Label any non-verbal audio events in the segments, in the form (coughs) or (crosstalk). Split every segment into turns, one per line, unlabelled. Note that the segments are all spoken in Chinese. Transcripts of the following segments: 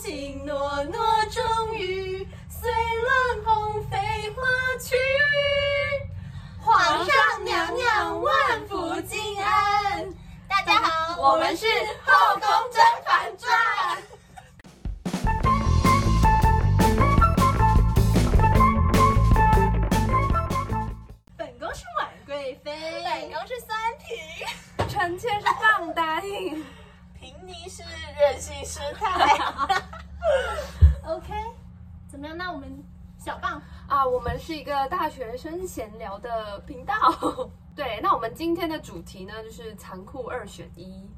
情诺诺终于随乱红飞花去。皇上娘娘万福金安。大家好，我们是《后宫甄嬛传》。本宫是婉贵妃，
本宫是三品，
臣妾是放答应。
平妮是任性失态。
OK，怎么样？那我们小棒
啊，我们是一个大学生闲聊的频道。 (laughs) 对，那我们今天的主题呢，就是残酷二选一。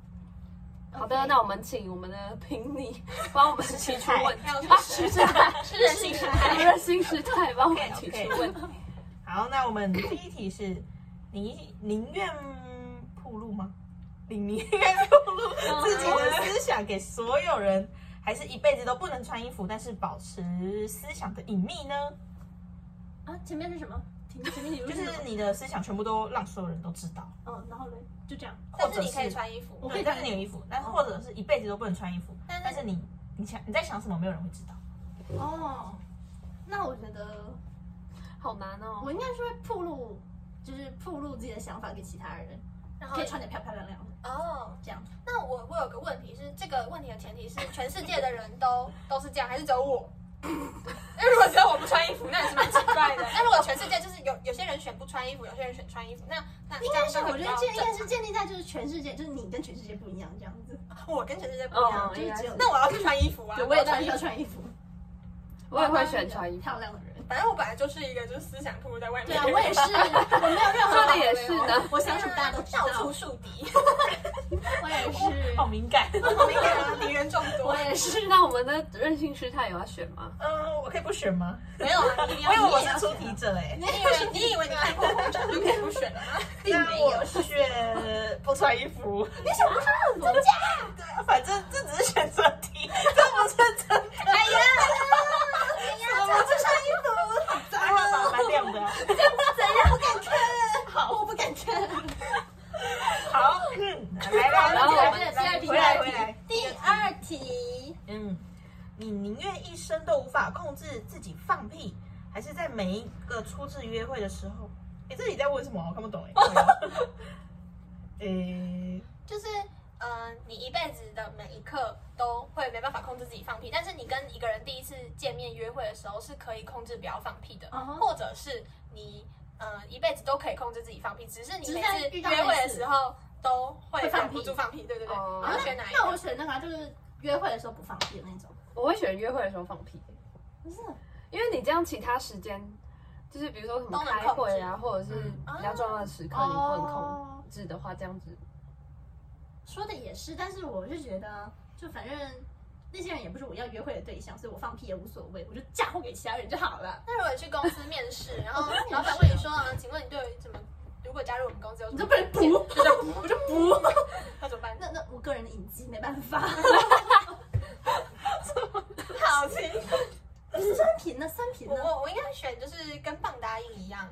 好的
OK
那我们请我们的平妮
(laughs)
帮我们提出问题，
还有是失态，是任性失态。
热心师太帮我们提出问题。
(laughs) 好，那我们第一题是，你宁愿铺路吗？你宁愿铺路 (laughs) 自己的思想给所有人，还是一辈子都不能穿衣服，但是保持思想的隐秘呢？
啊，前面是什么？前前面你
嗯
就
们
是你的思想全部都让所有人都知道，
嗯，然后呢，就这样。
或
但是
者
你可以穿衣服
我，可以
对，但是你有衣服，但是
哦
或者是一辈子都不能穿衣服，
但是
但是你你想你在想什么，没有人会知道。
哦，那我觉得
(laughs) 好难哦。
我应该是会暴露，就是暴露自己的想法给其他人，
然后
可以穿得漂漂亮亮的
哦。
这样。
那我我有个问题是，这个问题的前提是全世界的人都都是这样，还是只有 (laughs) 我？那如果只有我不穿衣服，那也是蛮奇怪的。 (laughs) 那如果全世界就是有有些人选不穿衣服，有些人选穿衣服，那那
应该是我
这
觉
样
得这
就会比
应
较
该是建立在就是全世界，就是你跟全世界不一样这样子。
正常我跟全世界不一
嗯，
样。
就是
应该
只有
是
(laughs) 那我要去穿衣服
哦
啊，
对，我也
当然
穿要穿衣服，
我也会选穿衣服。
漂亮的人。
反正我本来就是一个就是思想暴露在外面
对
的
啊，
人。
我也是，我没有任何
说的 (laughs) 也是呢。
我想什么大家都知道
到，处树敌， (laughs)
我也是，
好敏感，
我敏感啊，敌人众多
我。也是。
是，那我们的任性师太有要选吗？
嗯，我可以不选吗？
没有啊，你一定
我以为
要
我是出题者哎、
你以为你以为你看过红就可以不选了吗？
那我选不穿衣服。
你想不穿衣服？真假？
(laughs) 对啊，反正这只是选择题，这不是真的。
哎 (laughs) 呀，哎呀，我不穿衣服，
还 (laughs) 好吧，蛮亮的啊。
怎样不敢看？
我不敢看。
好，嗯，来来
然后我
来，
们
来
现在
来
比
回来
赛
回来。
第二题，
嗯，你宁愿一生都无法控制自己放屁，还是在每一个初次约会的时候？哎，这里在问什么啊？我看不懂哎。诶，
就是，呃，你一辈子的每一刻都会没办法控制自己放屁，但是你跟一个人第一次见面约会的时候是可以控制不要放屁的，
嗯哼
或者是你，呃，一辈子都可以控制自己放屁，只是你
只是
每
在
次
遇到
约会
类
的
似
时候都会
会放
忍不
屁
住放屁，对对对。
哦
你要选哪一
那我
个？
选那个啊就是约会的时候不放屁的那种。
我会选约会的时候放屁，
不是，
因为你这样其他时间，就是比如说什么
都能
开
控
会
制
啊，或者是比较重要的时刻你不能控
哦，
制的话，这样子
说的也是，但是我是觉得，就反正那些人也不是我要约会的对象，所以我放屁也无所谓，我就嫁祸给其他人就好了。
那如果你去公司哦面 (laughs) 试，然后
我真的
老板
是
问你说，呃请问你对于怎么，如果加入我们公司有
(laughs)
什
你就
么
不能补，我就补。
(laughs) 那怎么办？
那那我个人的隐疾没办法。 (laughs)
好奇，
三品呢？三品
我
呢？
我我应该选就是跟棒答应一样，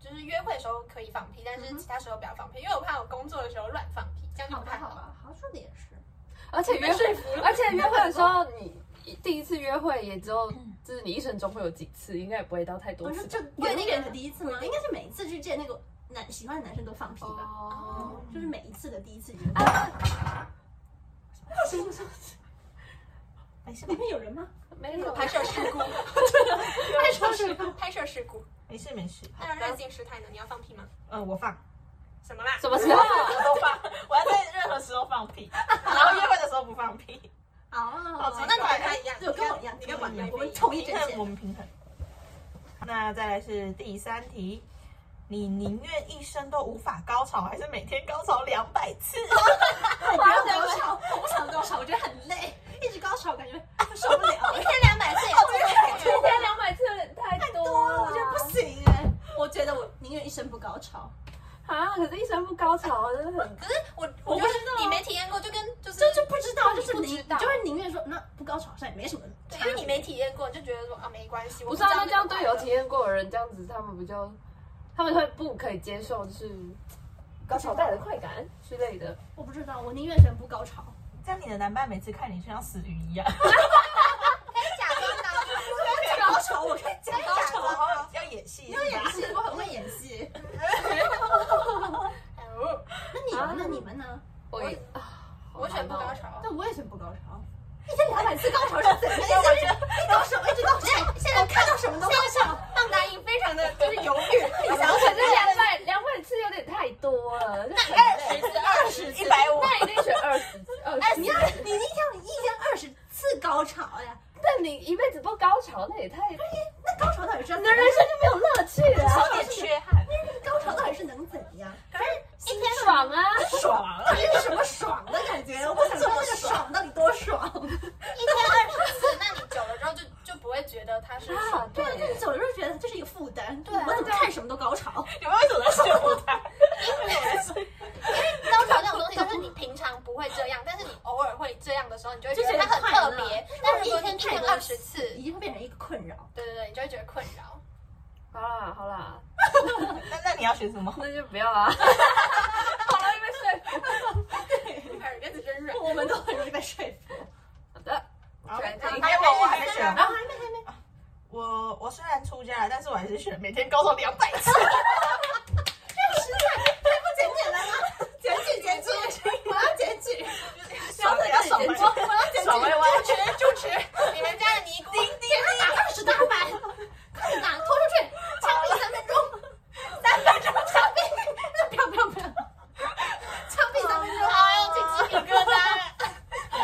就是约会的时候可以放屁，但是
嗯哼
其他时候不要放屁，因为我怕我工作的时候乱放屁，这样就
好
不
吧
太
好
好。
吧，好说的也是。
而且约会，而且约会的时候，你一第一次约会也只有，就是你一生中会有几次，应该也不会到太多
我说
次。
这有那个人的第一次吗？应该是每一次去见那个男喜欢的男生都放屁吧，
哦，
就是每一次的第一次约
没事
会。里面有人吗？
没有
拍摄
(laughs)
事故，啊
太说是吧。
拍摄事故。
没事没事。
那任性失态呢？你要放屁吗？
嗯，我放，
什么啦？
什么时候？
我都放，我要在任何时候放屁，然后约会的时候不放屁。
哦
哦，
那你跟他一样，
就跟我一样，
你跟婉
我一
薇
样，我
不一
们
样。
同一阵
我
线。
们平衡。那再来是第三题，你宁愿一生都无法高潮，还是每天高潮两百次？
我不要高潮，我不想高潮，我觉得很累，一直高潮感觉受不了。
一天啊两百次也不
一天两百次有点太多了，
我觉得不行哎、我觉得我宁愿一生不高潮。
啊！可是一生不高潮，真的很
可是我，
我
我就
不
是
知道啊
你没体验过，就跟就是
这就不知道，就是
不
宁
知道
就是宁愿说那不高潮好像也没什么
对，
差别，
因为你没体验过，你就觉得说啊没关系。我
不知道。那
那
这样对有体验过的人，这样子他们比较，他们会不可以接受，就是高潮带来的快感之类的。
我不知道，我宁愿选不高潮。
这样你的男伴每次看你就像死鱼一样。
(laughs)
我可以假
真假
装
糟糕
要演戏，
要演戏，我很会演戏。那你们呢？你们呢？
我也啊
哦我选不高
好难哦
潮。
但我也是不高潮。
老板是高潮是怎样？
一到什么一直到现在，现在看到什么都高潮。
棒答应非常的就是犹豫，你想
而
要
且
选
这哎两百两百次有点太多了，就很
二
累
十次、二十
一百五，
那一定选二十二
哎，
十。
你要你一天一天二十次高潮呀？
但你一辈子不高潮，那也太，你
那高潮到底是
的人生就没有乐趣了。
少点缺憾，
高潮到底是能怎 (laughs) 样？
一天爽啊！
爽。
到底是什么爽的感觉？我想知道那个爽到底多爽。
一天二十次，那你久了之后就就不会觉得它是
啊，对
对，，但是久了就觉得这是一个负担。
对啊
我怎么看什么都高潮？
你们为什么在笑我他？
高潮这种东西，就是你平常不会这样，但是你偶尔会这样的时候，你就会觉得它很特别。但如果你一天二十次，
已经会变成一个困扰。
对对对，你就会觉得困 (laughs) 扰。
好啦好啦，
那那你要选什么？
那就不要啊。好了，因为睡。
耳根子真
(laughs)
软。
我们都很容易被说 (laughs) 服。
好的，
选
择
你给我，我还没选。
啊然后还没还没。
我我虽然出家了，但是我还是选每天高潮两百次。
简简单单，检举检举，我要检举。
爽的要爽歪歪，爽歪歪。
主 (laughs) 持，你们家的尼姑，
打二十大板，快点打，拖出去，枪毙三分钟，三分钟枪毙，那不要不要不要，枪毙三分钟，
哎呦，这鸡皮疙瘩。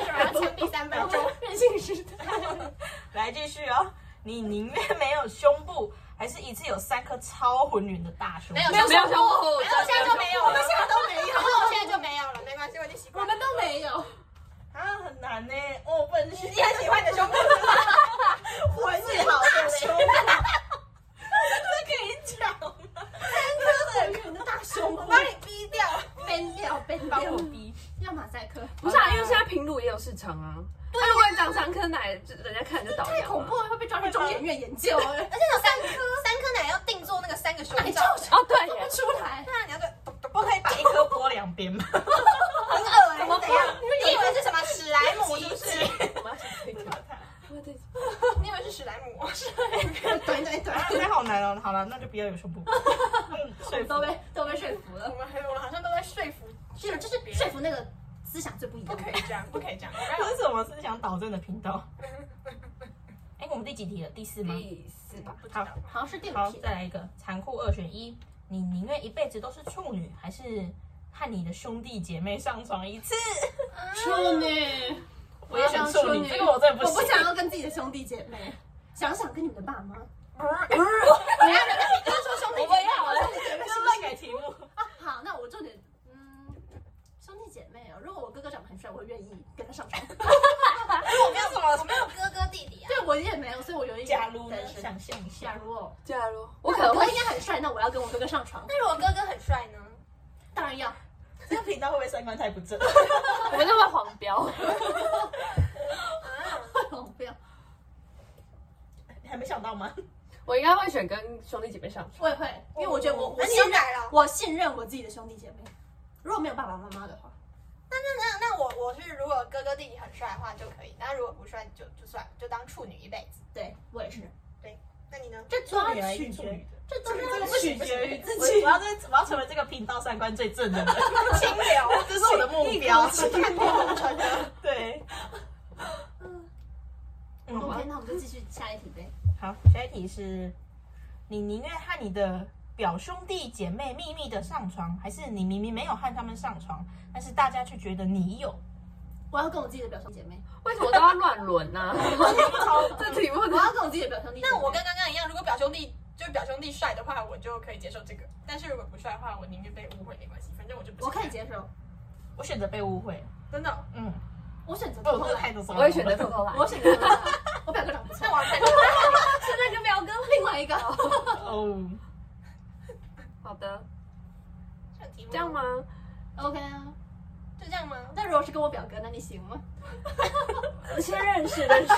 (laughs) 然后枪毙三百钟，
人性使得。
来继续哦，你宁愿没有胸部，还是一次有三颗超混女的大胸？
没有
没有没有胸部，
然后现在就 (laughs) 没有
我
了
们，现在都没
(laughs)
有
然，后我现在就没有了，没关系，我已经习
我
惯了。
们都没有，
啊，很难呢。哦，不能去。
你很喜欢你的胸部，
我自己好大胸，这可以讲吗？三颗的人的大胸， (laughs) 我
我帮你逼掉。
编掉编
帮
掉
我，逼。
要马赛克，
不是啊，因为现在平乳也有市场啊。对，如果你长三颗奶，就人家看就倒掉了。
太恐怖了，会被抓去中研院研究，哎
而且有三颗，哎三颗奶要定做那个三个胸
你就
罩，
是
哦，对
不
耶，
出来。
那你要对，
不可以把一颗剥两 (laughs) 边吗？
很恶
怎
心，
么
(laughs) 怎样？
办
你以为是什么史莱姆是不是？
我要想这个。我得
你以为是史莱 (laughs) 姆？
(laughs) 对对对，
啊，那好难哦。好了，那就不要有 (laughs) 胸部。嗯，说服
都被都被说服了
我。们还我们好像都在说服，
这就是说服那个思想最不一
不
样。
可以这样，不可以这 (laughs) 样。
这哎是什么思想导正的频道？哎，我们第几题了？第四吗？
第四吧。
不知道
好像是第五
好，
题，
再来一个残酷二选一，你宁愿一辈子都是处女，还是和你的兄弟姐妹上床一次？
啊处女，
我也选处女，这个我真的不
我不
行。 (laughs)
想要跟自己的兄弟姐妹，想想跟你们的爸妈，
等一下，等一下你刚刚说兄弟姐
我
妹
不要，我
兄弟姐妹是
就
不
乱
是
改题目。
啊？好，那我重点，嗯，兄弟姐妹哦，如果我哥哥长得很帅，我会愿意跟他上床。
哎
我没有什么，我没有哥哥弟弟啊。
对我也没有，所以我有一点
假如呢
单？身。
想象一
假
下，
如哦，
假如我可
那
能
我哥
会
应该很帅，那我要跟我哥哥上床，
那如果哥哥很帅呢？
当然要。 (laughs)
这个频道会不会三观太不正？
(laughs) 我们就会黄标。
啊
不要，
你还没想到吗？
我应该会选跟兄弟姐妹上床。
我也会，因为我觉得我我
那你
信
要
任
改了。
我信任我自己的兄弟姐妹。如果没有爸爸妈妈的话，
那那我我是如果哥哥弟弟很帅的话就可以，那如果不帅就就算了，就当处女一辈子。
对我也是，
那 (laughs) 你呢？
这都
处女
要
还
取
是处
决
女，
这都是
这
要
个
取
取
决
决
于啊
于
自
自
己
己。我。要在我要成为这个频道三观最正的人，
清 (laughs) 流，
这是我的 (laughs) 目标。
传的。
对，
(laughs)
嗯，
OK，那我们就继续下一题呗。
好，下一题是：你宁愿和你的表兄弟姐妹秘密的上床，还是你明明没有和他们上床，但是大家却觉得你有？
我要跟我自己的表兄姐 (laughs) 妹，
为什么都要乱伦啊呢？ (laughs) 这题目
我要跟我自己的表兄弟姐妹。
那我跟刚刚一样，如果表兄弟就是表兄弟帅的话，我就可以接受这个；但是如果不帅的话，我宁愿被误会没关系，反正我就不是
我可以接受，
我选择被误会。
真的。
嗯，
哦我选择偷
我有
偷
这个
来，
态度，
我也选择偷偷来。
我选择偷偷来我表哥长得不错 (laughs)
那，我要 (laughs) 看
是那个表哥另外一个。
哦，
好的，
这题目
这样？吗？
OK 啊，
就这样吗？
那如果是跟我表哥，那你行吗？
先认识认识。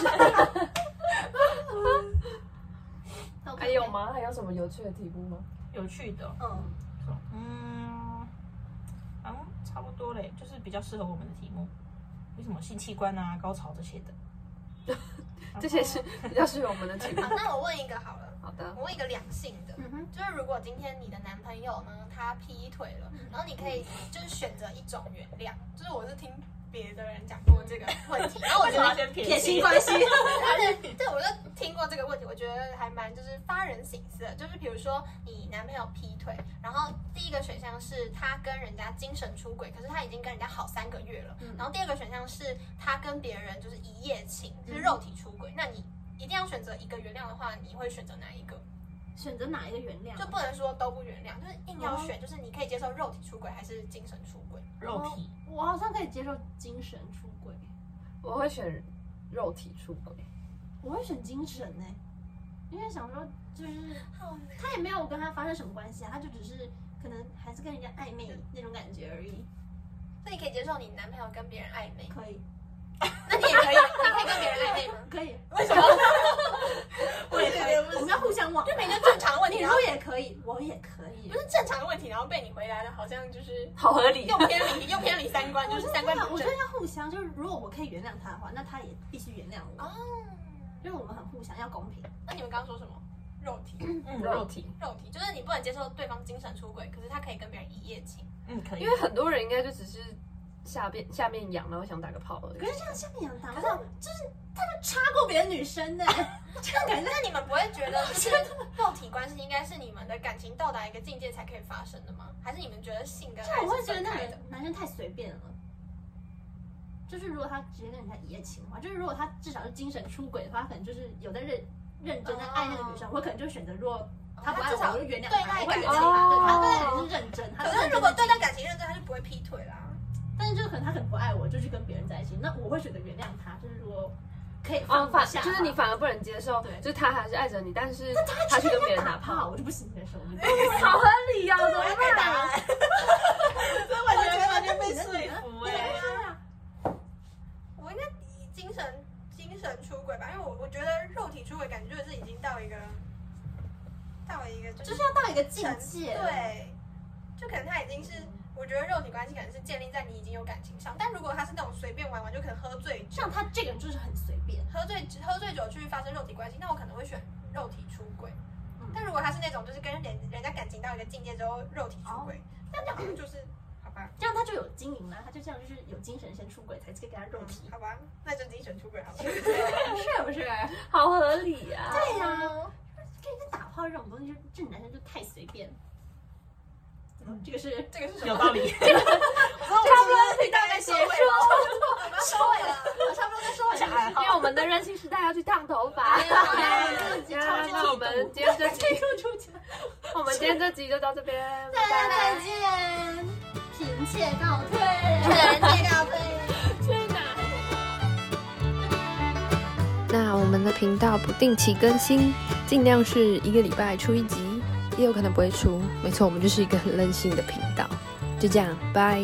那我看
(laughs) 还有？吗？还有什么有趣的题目吗？
有趣的。
嗯，
嗯，好像差不多嘞，就是比较适合我们的题目，有什么性器官啊、高潮这些的。
这些是比较适合我们的题目。
(laughs) 好，那我问一个好了，
好的，
我问一个两性的，
嗯哼，
就是如果今天你的男朋友呢他劈腿了，然后你可以就是选择一种原谅，就是我是听别的人讲过这个问 (laughs) 题，然后我
为
觉
什么要
得
先
撇
撇
清
清？
关系，
对，对，我就听过这个问题，我觉得还蛮就是发人省思的。就是比如说你男朋友劈腿，然后第一个选项是他跟人家精神出轨，可是他已经跟人家好三个月了。
嗯
然后第二个选项是他跟别人就是一夜情，
嗯
是肉体出轨。那你一定要选择一个原谅的话，你会选择哪一个？
选择哪一个原谅？啊
就不能说都不原谅，就是硬要选，就是你可以接受肉体出轨还是精神出轨？
肉体
我好像可以接受精神出轨，
我会选肉体出轨。
我会选精神呢、因为想说就是
好
他也没有跟他发生什么关系啊，他就只是可能还是跟人家暧昧那种感觉而已。
那你可以接受你男朋友跟别人
(laughs)
暧昧，
可以，
那你也可以，你可以跟别人暧昧吗？
可以，
为什么？我也觉得不
我
是
们要互相往
这明明就正常的问题，
你
然后
我也可以，我也可以
不。是正常的问题，然后被你回答的好像 (laughs) 就是
好合理
又偏离又偏离三观，就是三观
我
不
觉
正
得。要互相，就是如果我可以原谅他的话，那他也必须原谅我，
哦，
因为我们很互相，要公平。
那你们刚刚说什么？肉 (coughs) 体，
嗯，肉体，
肉体就是你不能接受对方精神出轨，可是他可以跟别人一夜情。
嗯，可以
因。为很多人应该就只是下边下面痒，然后想打个炮而
可
已。
是这样下面养打，
可
可
是
是就是他就插过别的女生呢、
那感觉你们不会觉得就是肉体关系应该是你们的感情到达一个境界才可以发生的吗？还是你们觉得性跟
但
爱
我会
是
觉得
分
那
开
个
的？
男生太随便了。就是如果他直接跟人家一夜情的话，就是如果他至少是精神出轨的话，他可能就是有在认认真在爱那个女生，我可能就选择如果他不爱
哦至
我，
少
我就原谅
对
他，
待
我会
感
原
情啊
谅他。对，他
哦
对待感情是认真，他
可是
认真
如果
地
对待感情认真，他就不会劈腿啦。
但是就是可能他可能不爱我，就去跟别人在一起，那我会选择原谅他。就是如果可以放
哦，反
得下的
就
话，
是你反而不能接受
对，
就是他还是爱着你，但是他去跟别人
打
打
炮，
炮，
我就不行接受。
(laughs)
好合理哦，怎
啊
么办？
这完全完全被说服
对
哎。
啊，
我应该以精神精神出轨吧，因为我我觉得肉体出轨感觉就是已经到一个到一个就是
就是要到一个境界。，
对，就可能他已经是，我觉得肉体关系可能是建立在你已经有感情上，但如果他是那种随便玩玩，就可能喝醉酒，
像他这个人就是很随便，
喝醉喝醉酒去发生肉体关系，那我可能会选肉体出轨
嗯。
但如果他是那种就是跟人人家感情到一个境界之后肉体出
哦
轨，那那可能就是好吧，
这样他就有经营了，他就这样就是有精神先出轨，才可以给他肉
嗯
体。
好吧，那就精神出
(laughs)
轨好了。
是不是？
好合理啊！
对呀、跟人家打炮这种东西，就这男生就太随便。嗯，这个是
这个是什
有
么？
道理，
差不多频道该结束，
我们要收尾了。
差不多在说我想爱
(laughs) 因为我们的任性时代要去烫头发。
超级
(laughs) 那我们今天这集，
出家。
我们今天这集就到这 (laughs) 边，拜
大家
拜。
再见，嫔妾告退。
人界高飞。
那我们的频道不定期更新，尽量是一个礼拜出一集，也有可能不会出。没错，我们就是一个很任性的频道。就这样，拜。